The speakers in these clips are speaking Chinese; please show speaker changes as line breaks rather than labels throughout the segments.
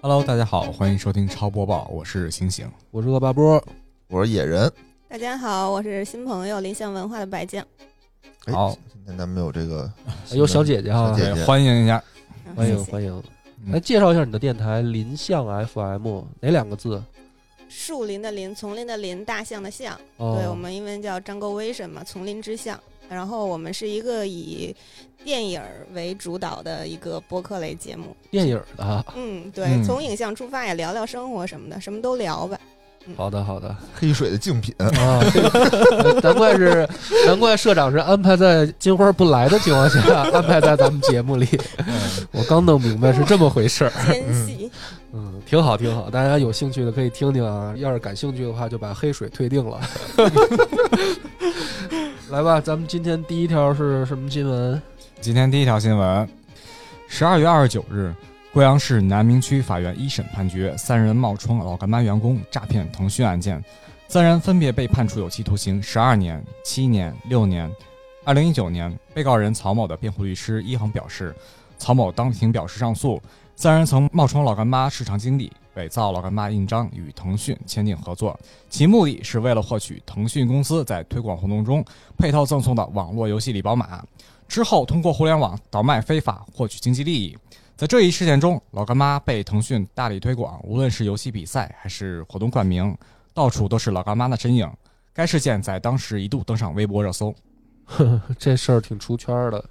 Hello，大家好，欢迎收听超播报，我是醒醒。
我是恶霸波，
我是野人。
大家好，我是新朋友林相文化的白酱。
哎
好，
今天咱们有这个
呃有小姐姐哈
小，姐姐
对欢迎一下，
嗯
欢迎
谢谢
欢迎。
嗯
来介绍一下你的电台林相 FM 哪两个字？
树林的林，丛林的林，大象的象。对我
哦，
们英文叫 Jungle Vision 嘛，丛林之象。然后我们是一个以电影儿为主导的一个播客类节目。
电影的哈。
嗯，对，
嗯
从影像出发，也聊聊生活什么的，什么都 聊吧。
好的好的
黑水的竞品，
啊， 难怪是难怪社长是安排在金花不来的情况下安排在咱们节目里，我刚弄明白是这么回事儿。
奸细，
嗯，挺好挺好，大家有兴趣的可以听听啊，要是感兴趣的话就把黑水退订 了。来吧，咱们今天第一条是什么新闻？
今天第一条新闻：十二月二十九日，贵阳市南明区法院一审判决三人冒充老干妈员工诈骗腾讯案件，三人分别被判处有期徒刑十二年、七年、六年。二零一九年，被告人曹某的辩护律师一恒表示，曹某当庭表示上诉，三人曾冒充老干妈市场经理，伪造老干妈印章与腾讯签订合作，其目的是为了获取腾讯公司在推广活动中配套赠送的网络游戏礼包码。之后通过互联网倒卖非法获取经济利益。在这一事件中，老干妈被腾讯大力推广，无论是游戏比赛还是活动冠名，到处都是老干妈的身影。该事件在当时一度登上微博热搜。
这事儿挺出圈儿的，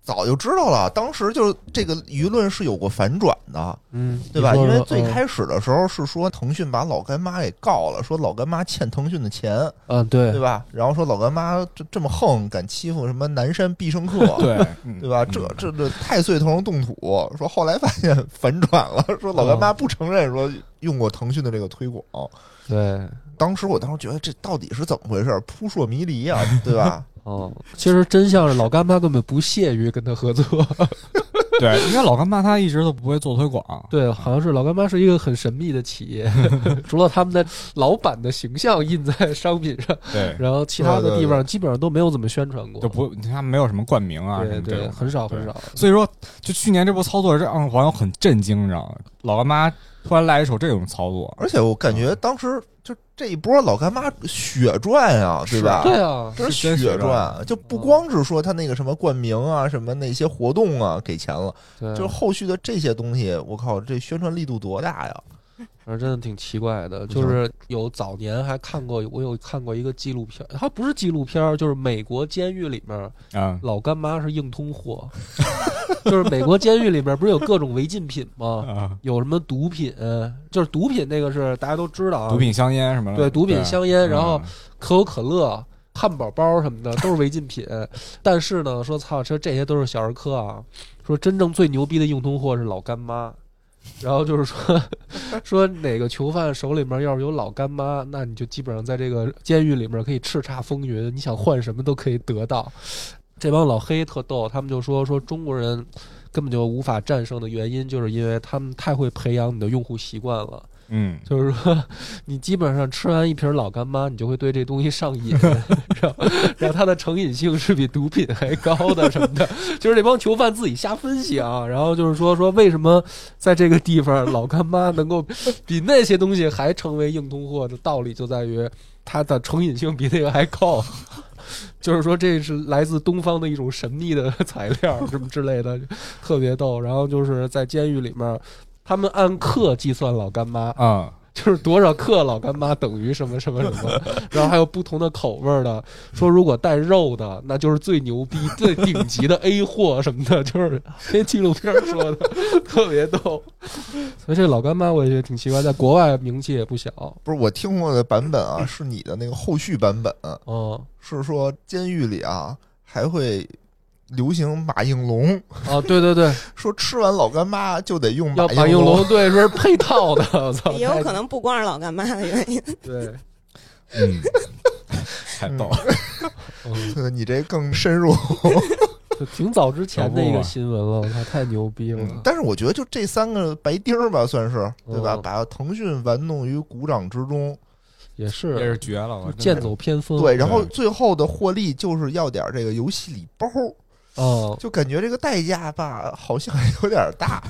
早就知道了。当时就这个舆论是有过反转的，
嗯，
对吧？
你
因
说说
为最
嗯
开始的时候是说腾讯把老干妈给告了，说老干妈欠腾讯的钱，
嗯，对
对吧？然后说老干妈这这么横，敢欺负什么南山必胜客，
对，
对
嗯
吧？这这这太岁头上动土。说后来发现反转了，说老
嗯
干妈不承认说用过腾讯的这个推广。
对，
当时我当时觉得这到底是怎么回事？扑朔迷离啊，对吧？
哦，其实真相是老干妈根本不屑于跟他合 作，
对，因为老干妈它一直都不会做推广。啊
对，好像是老干妈是一个很神秘的企 业，除了他们的老板的形象印在商品上，
对，
然后其他
对
的
对
地方基本上都没有怎么宣传过，
就不它没有什么冠名啊，什
对
么这
对，
种
很少
对
很少，
所以说，就去年这波操作让网友很震惊，你知道吗？老干妈突然来一手这种操作，
而且我感觉当时就这一波老干妈血赚啊，对吧？
对啊，
这
是真
是
血
血
赚
赚，嗯就不光是说他那个什么冠名啊，什么那些活动啊给钱了，
对，
就是后续的这些东西，我靠，这宣传力度多大呀！
反正真的挺奇怪的，
没
就
错
是有早年还看过，我有看过一个纪录片，它不是纪录片，就是美国监狱里面
嗯，
老干妈是硬通货，就是美国监狱里面不是有各种违禁品吗？
啊
有什么毒品，呃就是毒品那个是大家都知道啊，
毒品香烟什么的，
对毒品香烟
嗯
然后可口可乐、汉堡包什么的都是违禁品。但是呢，说操，说这些都是小儿科啊。说真正最牛逼的硬通货是老干妈。然后就是说， 说哪个囚犯手里面要是有老干妈，那你就基本上在这个监狱里面可以叱咤风云，你想换什么都可以得到。这帮老黑特逗，他们就说说中国人根本就无法战胜的原因，就是因为他们太会培养你的用户习惯了。
嗯，
就是说，你基本上吃完一瓶老干妈，你就会对这东西上瘾，然后然后它的成瘾性是比毒品还高的什么的，就是这帮囚犯自己瞎分析啊。然后就是说说为什么在这个地方老干妈能够比那些东西还成为硬通货的道理就在于它的成瘾性比那个还高。 就是说，这是来自东方的一种神秘的材料， 什么之类的，特别逗。然后就是在监狱里面，他们按克计算老干妈，
啊，
就是多少克老干妈等于什么什么什么，然后还有不同的口味儿的，说如果带肉的，那就是最牛逼、最顶级的 A 货什么的，就是那纪录片儿说的特别逗。所以这老干妈我也觉得挺奇怪，在国外名气也不小。
不是我听过的版本啊，是你的那个后续版本，
嗯，
是说监狱里啊还会流行马应龙，
啊，对对对，
说吃完老干妈就得用
要
马
马应龙，对，说是配套的，我操，
也有可能不光是老干妈的原因。
对，
嗯，太逗了。
嗯，
龙， 你这更深入。
就挺早之前的一个新闻了，我操，太牛逼
嗯
了，。
但是我觉得就这三个白丁儿吧，算是对吧？
嗯
把腾讯玩弄于股掌之中，
也
也
是
是绝了，我真的
剑走偏锋，
对，然后
对
最后的获利就是要点儿这个游戏礼包儿，
哦，
就感觉这个代价吧，好像有点大。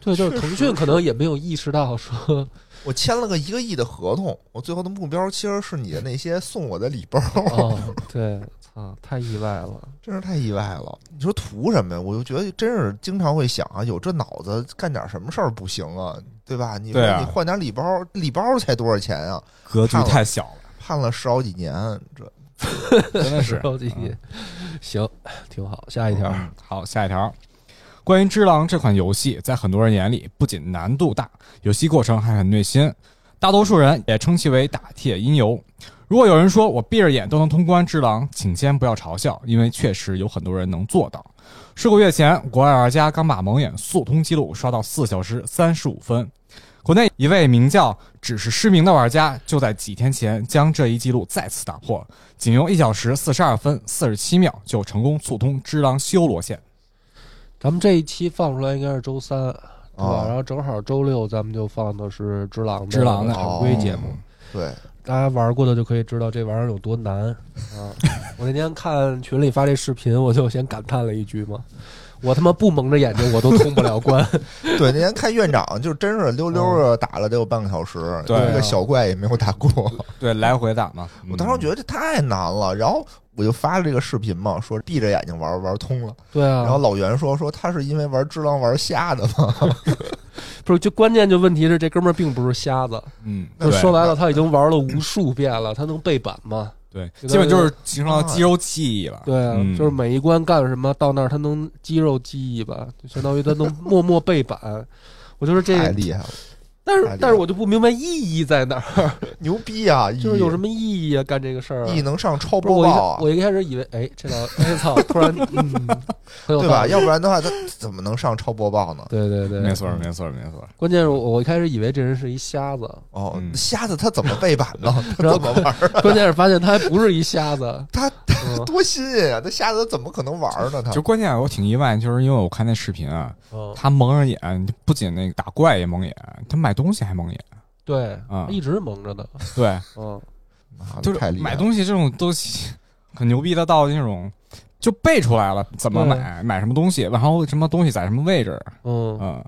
对，就是
确
腾
实
讯可能
是
也没有意识到 说，
我签了个一个亿的合同，我最后的目标其实是你的那些送我的礼包，
哦， 对，操，太意外 了。
真是太意外了。你说图什么呀？我就觉得真是经常会想啊，有这脑子干点什么事儿不行啊，对吧？你说
对啊
你换点礼包，礼包才多少钱啊？
格局太小了，
判了十好几年，这
真的是。
超级行，挺好。下一条，
嗯好，下一条。关于《只狼》这款游戏，在很多人眼里，不仅难度大，游戏过程还很虐心，大多数人也称其为打铁音游。如果有人说我闭着眼都能通关《只狼》，请先不要嘲笑，因为确实有很多人能做到。数个月前，国外玩家刚把蒙眼速通记录刷到四小时三十五分，国内一位名叫“只是失明”的玩家就在几天前将这一记录再次打破，仅用一小时四十二分四十七秒就成功速通《只狼》修罗线。
咱们这一期放出来应该是周三，对吧？然
啊，
后正好周六咱们就放的是哦《只狼》的
只狼的
常规节目，
对，
大家玩过的就可以知道这玩意儿有多 难啊！我那天看群里发这视频，我就先感叹了一句嘛：“我他妈不蒙着眼睛我都通不了关。
对，那天看院长就真是溜溜的打了得有半个小时，
嗯
对
就那个小怪也没有打过。
对，来回打嘛。
嗯
嗯
我当时觉
得，
得这太难了，然后我就发了这个视频嘛，说闭着眼睛玩玩通了。”
对啊，
然后老袁说说他是因为玩《只狼》玩瞎的嘛，
不是，就关键就问题是这哥们儿并不是瞎子，
嗯，
那
就
对
说白了他已经玩了无数遍了，他能背板吗？
对，
就
基本
跟
就是形成了肌肉记忆了。
对啊，
嗯
就是每一关干什么，到那儿他能肌肉记忆吧，就相当于他能默默背板。我就是这
太
个，
厉害了，
但
太厉害
是
了
但是我就不明白意义在哪儿，
牛逼啊！
就是有什
么
么意义啊？干这个事儿啊、
异能上超
不是我
播
一
报
开
啊，
我一开始以为，哎，这老哎操，突 然嗯，很有
对
道
吧？
理
要不然的话，他怎么能上超播报呢？
对对对，
没错，没错，没错。
关键是我我一开始以为这人是一瞎 子，
哦，
嗯
瞎子他怎么背板呢？他
然后
怎么玩儿？
关键是发现他还不是一瞎子，
他
嗯
多新鲜啊！他瞎子怎么可能玩儿呢？他
就关键我挺意外，就是因为我看那视频啊，
嗯，
他蒙着眼，不仅那个打怪也蒙眼，他买东西还蒙眼。
对，
嗯
他一直蒙着呢，
对，
嗯，
妈的
就是
太厉害
买
了。
东西这种都很牛逼的，到那种就背出来了怎么
对
买，买什么东西，然后什么东西在什么位置，
嗯，
嗯，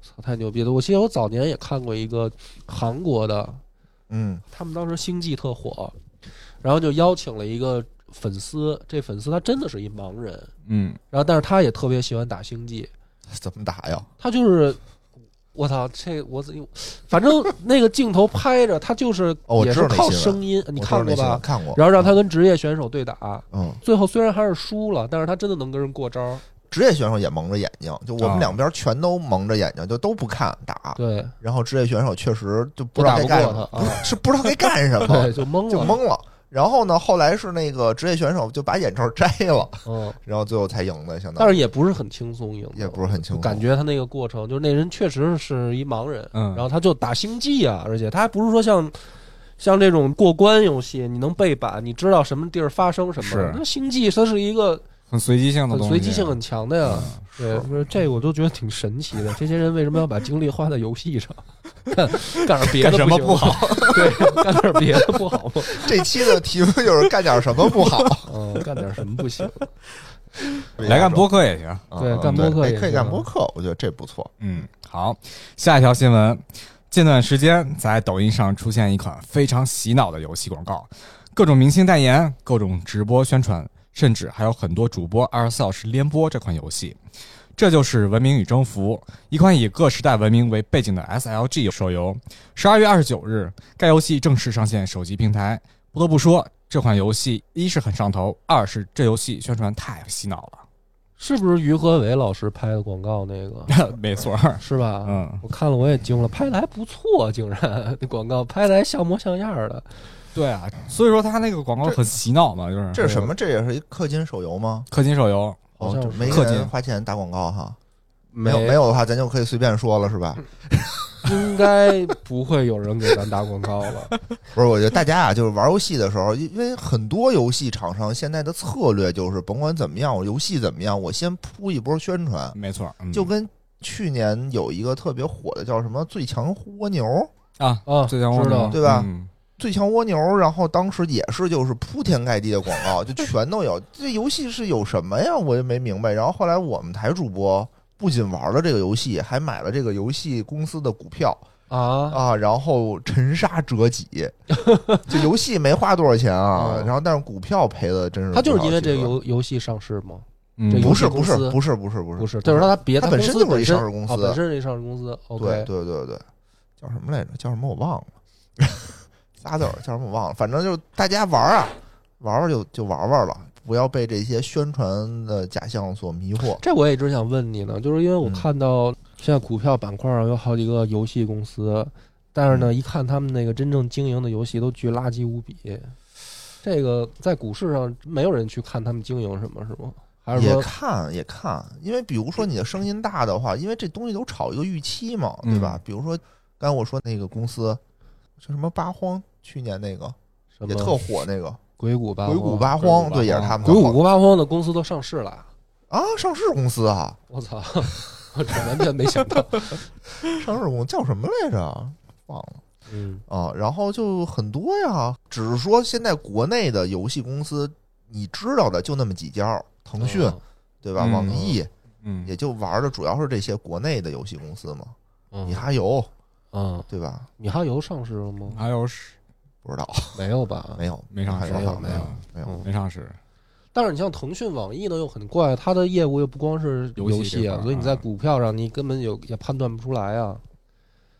操，太牛逼了！我记得我早年也看过一个韩国的，
嗯，
他们当时星际特火，然后就邀请了一个粉丝，这粉丝他真的是一盲人，
嗯，
然后但是他也特别喜欢打星际，
怎么打呀？
他就是。我操，这我怎反正那个镜头拍着他就是
哦我
也
知
是
道那
靠
新闻
声音，你
我知
看
道那
过
新闻
吧？
看过。
然后让他跟职业选手对打，
嗯，
最后虽然还是输了，但是他真的能跟人过招。
职业选手也蒙着眼睛，就我
啊
们两边全都蒙着眼睛，就都不看打。
对，
然后职业选手确实就不
就
知
打
道该
不
干什
过
么，
他 啊，
是不知道该干什么
对，，就懵了，
就懵了。然后呢，后来是那个职业选手就把眼罩摘了，
嗯，
然后最后才赢的，相
但
当于
是也不是很轻松赢的，
也不是很
哦
清楚。
感觉他那个过程，就是那人确实是一盲人，
嗯
然后他就打星际啊，而且他还不是说像像这种过关游戏，你能背板，你知道什么地儿发生什
是
么。那星际它是一个
很随机性的
很
东西，
随机性很强的
嗯
呀。对，不是这我都觉得挺神奇 的，这些人为什么要把精力花在游戏上？干干点别的
干什么
行
不
吗？ 对，干点别的不好 吗？
这期的题目就是干点什么 不好，
嗯，干点什么不行？
嗯
来干播客也行。
啊，
对干播
播
客也
可以
行
干播客，我觉得这不错。
嗯，好，下一条新闻。近段时间，在抖音上出现一款非常洗脑的游戏广告，各种明星代言，各种直播宣传，甚至还有很多主播二十四小时连播这款游戏。这就是《文明与征服》，一款以各时代文明为背景的 SLG 手游。十二月二十九日，该游戏正式上线手机平台。不得不说，这款游戏一是很上头，二是这游戏宣传太洗脑
是不是于和伟老师拍的广告那个？
了。 没错儿，
是吧？
嗯
我看了我也惊了，拍的还不错，啊竟然那广告拍的还像模像样儿的。
对啊，所以说他那个广告很洗脑嘛，就是
这是什么？这也是一氪金手游吗？
氪金手游，
好
哦，
像
就是没
氪金
人花钱打广告哈。
没
有没有的话，咱就可以随便说了，是吧？
哎应该不会有人给咱打广告了。
不是，我觉得大家啊，就是玩游戏的时候，因为很多游戏厂商现在的策略就是，甭管怎么样，我游戏怎么样，我先铺一波宣传，
没错，嗯
就跟去年有一个特别火的叫什么“最强蜗牛
啊，
啊，
最强王
知道
者
对吧
嗯”，
最强蜗牛，然后当时也是就是铺天盖地的广告，就全都有。这游戏是有什么呀？我也没明白。然后后来我们台主播不仅玩了这个游戏，还买了这个游戏公司的股票
啊，
啊，然后沉沙折戟。 这游戏没花多少钱 啊，
哦
然后但是股票赔的真是
他就是
不少
因为这
钱
个游游戏上市吗？
嗯
这游
不
戏
是不
公
是
司
不是不是不是
不是，就是说他别
它
他
本
公
身
司
就是一
本身
上市公司
哦本身是一上市公司。OK，
对对对对，叫什么来着？叫什么我忘了， 仨字儿叫什么我忘了。反正就是大家玩儿啊，玩玩就就玩玩了，不要被这些宣传的假象所迷惑。
这我也一直想问你呢，就是因为我
嗯
看到现在股票板块上有好几个游戏公司，但是
嗯
呢，一看他们那个真正经营的游戏都巨垃圾无比。这个在股市上没有人去看他们经营什么，是吗？还是
也
说
看也看，因为比如说你的声音大的话，因为这东西都炒一个预期嘛，
嗯
对吧？比如说刚才我说那个公司，叫什么八荒，去年那个
什
也特
么
火那个
鬼谷八
鬼谷
荒
八
鬼谷八
荒，对，也是
荒
他们
鬼
的好
谷八荒的公司都上市了，
啊，上市公司啊，
我操！ 我这完全没想 到。
上市公司叫什么来着？忘了。
嗯，
啊，然后就很多呀，只是说现在国内的游戏公司你知道的就那么几家儿，腾讯、
哦
对吧？
嗯
网易、
嗯
也就玩的主要是这些国内的游戏公司嘛，
嗯
米哈游
嗯，
对吧？
米哈游上市了
嗯
吗？
还有是
不知道，
没有吧？
没有，
没上市，
还
没有
哎没
没
有
有，
没有。
嗯
没上市，
但是你像腾讯、网易呢，又很怪，它的业务又不光是
游
游
戏
戏
这块
啊，
儿
所以你在
啊
股票上你根本有也判断不出来啊。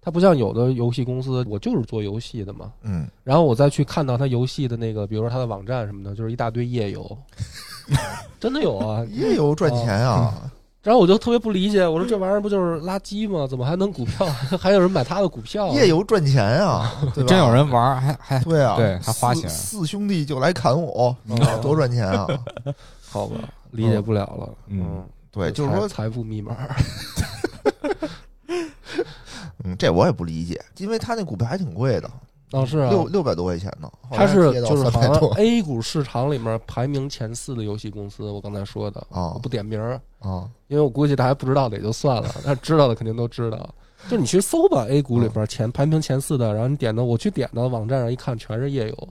它不像有的游戏公司，我就是做游戏的嘛，
嗯，
然后我再去看到它游戏的那个，比如说它的网站什么的，就是一大堆页游， 真的有啊。
页嗯游赚钱啊，
然后我就特别不理解，我说这玩意儿不就是垃圾吗？怎么还能股票？ 还有人买它的股票？
页游赚钱啊，对吧？
真有人玩儿还还
对啊，
对还花
四
钱
四兄弟就来砍我，
嗯
啊多赚钱啊！
好吧，理解不了了。
嗯，
对，就是
财
说
财富密码。
嗯，这我也不理解，因为他那股票还挺贵的，
哦，是啊，
六六百多块钱呢，后来
它是
跌到
就是好像
300多
A 股市场里面排名前四的游戏公司，我刚才说的，我
啊
不点名儿，
啊，
因为我估计大家不知道的也就算了，但知道的肯定都知道。就你去搜吧，A 股里边前排名前四的，然后你点到我去点到网站上一看，全是页游，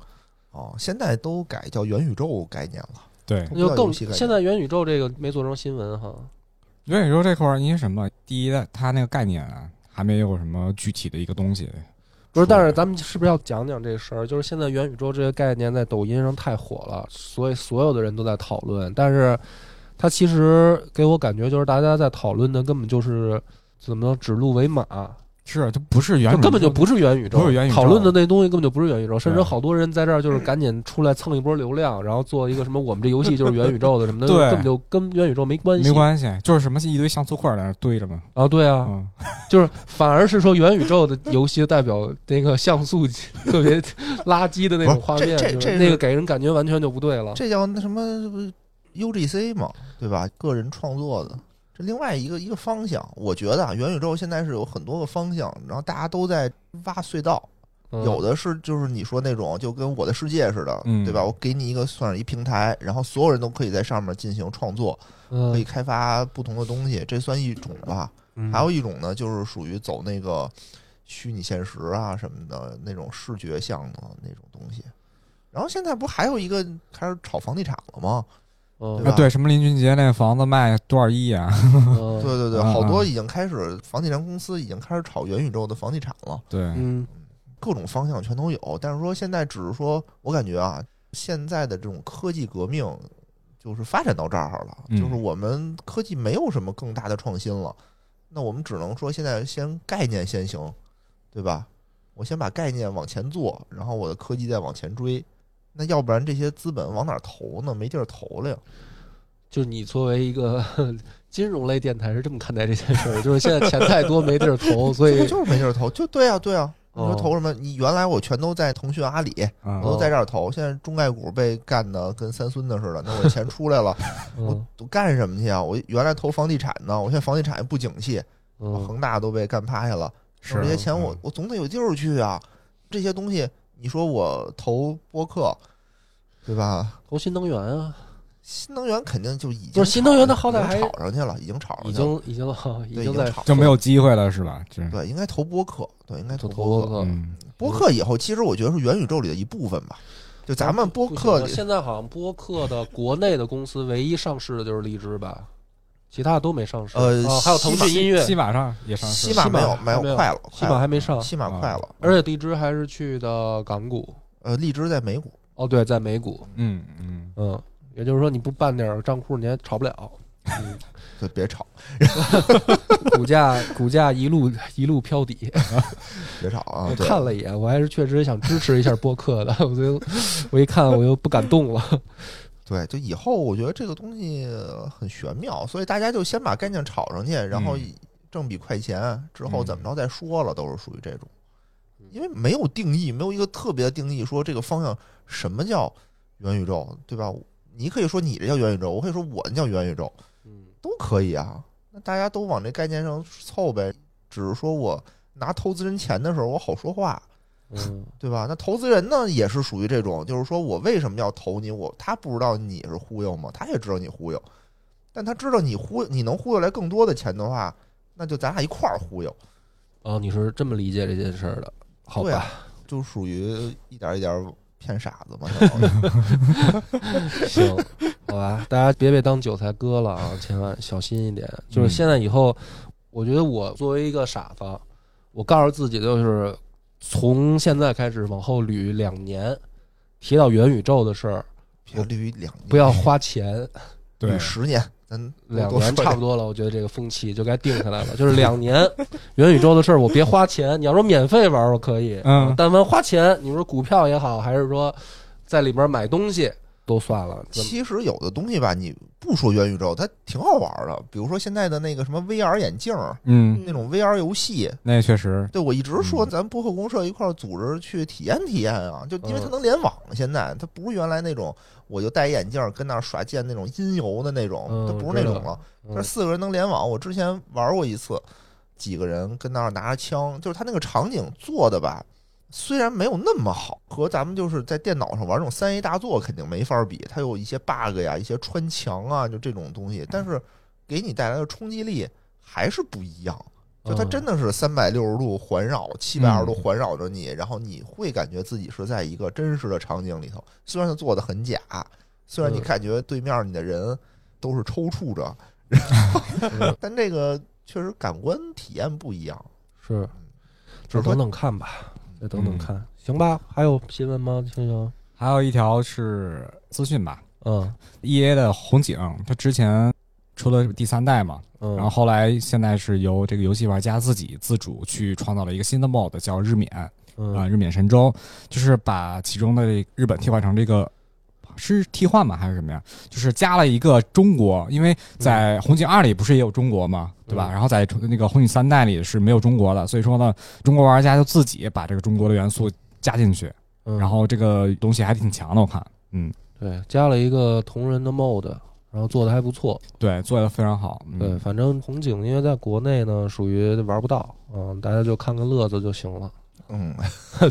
哦，现在都改叫元宇宙概念了。
对，
那就更
游戏概念
现在元宇宙这个没做成新闻哈，
元宇宙这块儿，因为什么？第一，它那个概念啊，还没有什么具体的一个东西。
不是，但是咱们是不是要讲讲这事儿？就是现在元宇宙这个概念在抖音上太火了，所以所有的人都在讨论。但是它其实给我感觉就是大家在讨论的根本就是怎么指鹿为马，
是，啊它不是元宇
就
宙，
根本就不是元宇宙，
不是元宇宙
讨论的那东西根本就不是元宇宙，甚至
对
好多人在这儿就是赶紧出来蹭一波流量，然后做一个什么我们这游戏就是元宇宙的什么 的，
对
根本就跟元宇宙没关系。
没关系，就是什么一堆像素块儿在那儿堆着嘛。
啊，对啊，
嗯，
就是反而是说元宇宙的游戏代表那个像素特别垃圾的那种画
不是
面，
这这
就是
这是
那个给人感觉完全就不对了。
这叫那什么呃 UGC 嘛，对吧？个人创作的，这另外一个一个方向。我觉得啊，元宇宙现在是有很多个方向，然后大家都在挖隧道，
嗯
有的是就是你说那种就跟我的世界似的，
嗯
对吧？我给你一个算是一平台，然后所有人都可以在上面进行创作，可以
嗯，
开发不同的东西，这算一种吧。还有一种呢，就是属于走那个虚拟现实啊什么的那种视觉向的那种东西。然后现在不还有一个开始炒房地产了吗？
嗯
对
啊，
吧
对，什么林俊杰那房子卖多少亿啊？
嗯
对对对，
啊
好多
啊
已经开始房地产公司已经开始炒元宇宙的房地产了，
对，
嗯
各种方向全都有。但是说现在只是说，我感觉啊，现在的这种科技革命就是发展到这儿了，
嗯
就是我们科技没有什么更大的创新了，那我们只能说现在先概念先行，对吧？我先把概念往前做，然后我的科技再往前追。那要不然这些资本往哪儿投呢？没地儿投了呀。
就是你作为一个 金融类电台是这么看待这件事儿，就是现在钱太多没地儿投，所
这不
以
就是没地儿投，就对啊对啊。你说
哦
投什么？你原来我全都在腾讯、阿里，
嗯
我都在这儿投。现在中概股被干的跟三孙子似的，那我钱出来了，
嗯
我干什么去啊？我原来投房地产呢，我现在房地产也不景气，
嗯
恒大都被干趴下了，
是
那我这些钱我
嗯
我总得有地儿去啊。这些东西，你说我投播客，对吧？
投新能源啊，
新能源肯定就已经
不是新能源它
炒
好歹
已
还
经炒上去了，已经炒
已
上去了，
经已经已
对，
经
已
在
经炒
就没
上
有机会了是吧？这
去了对，应该哦投播客，对，应该
投
播客。
客
嗯，
播客以后，其实我觉得是元宇宙里的一部分吧。就咱们播
不行
客
了
里，
现在好像播客的国内的公司唯一上市的就是荔枝吧，其他的都没上市。
呃
哦还有腾讯音乐，
西马上也上市
西
了，
马
西马
没有，
还
没有
没有
快了，
西
快
马
了，
还没上，
西马
啊
快了。
而且荔枝还是去的港股。
呃，荔枝在美股，
哦，对，在美股。
嗯嗯，
嗯，也就是说你不办点账户，你还炒不了。嗯
就别炒，
股价 股价一路一路飘底。
别炒啊！
我
对
看了一眼，我还是确实想支持一下播客的， 我就我一看我又不敢动了。
对，就以后我觉得这个东西呃很玄妙，所以大家就先把概念炒上去，然后
嗯
挣笔快钱，之后
嗯
怎么着再说了，都是属于这种，因为没有定义，没有一个特别的定义，说这个方向什么叫元宇宙，对吧？你可以说你这叫元宇宙，我可以说我那叫元宇宙，
嗯，
都可以啊。那大家都往这概念上凑呗，只是说我拿投资人钱的时候，我好说话，
嗯
对吧？那投资人呢，也是属于这种，就是说我为什么要投你？我他不知道你是忽悠吗？他也知道你忽悠，但他知道你忽你能忽悠来更多的钱的话，那就咱俩一块儿忽悠，
哦，你是这么理解这件事儿的？好
对啊
吧，
就属于一点一点骗傻子嘛。相当于
行，好吧，大家别被当韭菜割了啊，千万小心一点。就是
嗯
现在以后，我觉得我作为一个傻子，我告诉自己就是从现在开始往后捋两年，提到元宇宙的事儿，
别捋两年，
不要花钱。
对
捋，十年，咱
两
多
年
嗯说
差不多了，我觉得这个风气就该定下来了。就是两年，元宇宙的事儿我别花钱。你要说免费玩儿我可以，
嗯
但凡花钱，你说股票也好，还是说在里边买东西都算了。怎么
其实有的东西吧，你不说元宇宙，它挺好玩的。比如说现在的那个什么 VR 眼镜儿，
嗯，
那种 VR 游戏，
那也确实，
对我一直说
嗯
咱播客公社一块儿组织去体验体验啊，就因为
嗯
它能联网，现在它不是原来那种我就戴一眼镜儿跟那儿耍剑那种音游的那种，
嗯
它不是那种
知道
了。这
嗯
四个人能联网，我之前玩过一次，几个人跟那儿拿着枪，就是它那个场景做的吧。虽然没有那么好，和咱们就是在电脑上玩这种三 A 大作肯定没法比，它有一些 bug 呀、一些穿墙啊，就这种东西，
嗯
但是给你带来的冲击力还是不一样。就它
嗯
真的是三百六十度环绕，七百二十度环绕着你，然后你会感觉自己是在一个真实的场景里头。虽然它做的很假，虽然你
嗯
感觉对面你的人都是抽搐着，
嗯
但这个确实感官体验不一样。
是，
只
再
是说
等等看吧，
嗯
再等等看，行吧？还有新闻吗，青青？
还有一条是资讯吧
嗯
，E A 的红警，它之前出了第三代嘛，
嗯，
然后后来现在是由这个游戏玩家自己自主去创造了一个新的 mod，叫日冕啊、
嗯
日冕神州，就是把其中的这日本替换成这个。是替换吗？还是什么呀？就是加了一个中国，因为在《红警二》里不是也有中国嘛，对吧？
嗯
然后在那个《红警三代》里是没有中国的，所以说呢，中国玩家就自己把这个中国的元素加进去，
嗯
然后这个东西还挺强的，我看，嗯，
对，加了一个同人的 mod，然后做的还不错。
对，做的非常好，
对，
嗯，
反正红警因为在国内呢，属于玩不到，嗯，大家就看个乐子就行了。
嗯，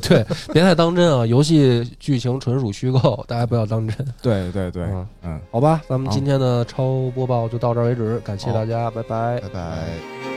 对，别太当真啊！游戏剧情纯属虚构，大家不要当真。
对对对，
嗯
嗯。
好吧，咱们
好
今天的超播报就到这儿为止，感谢
好
大家，拜拜
拜。拜。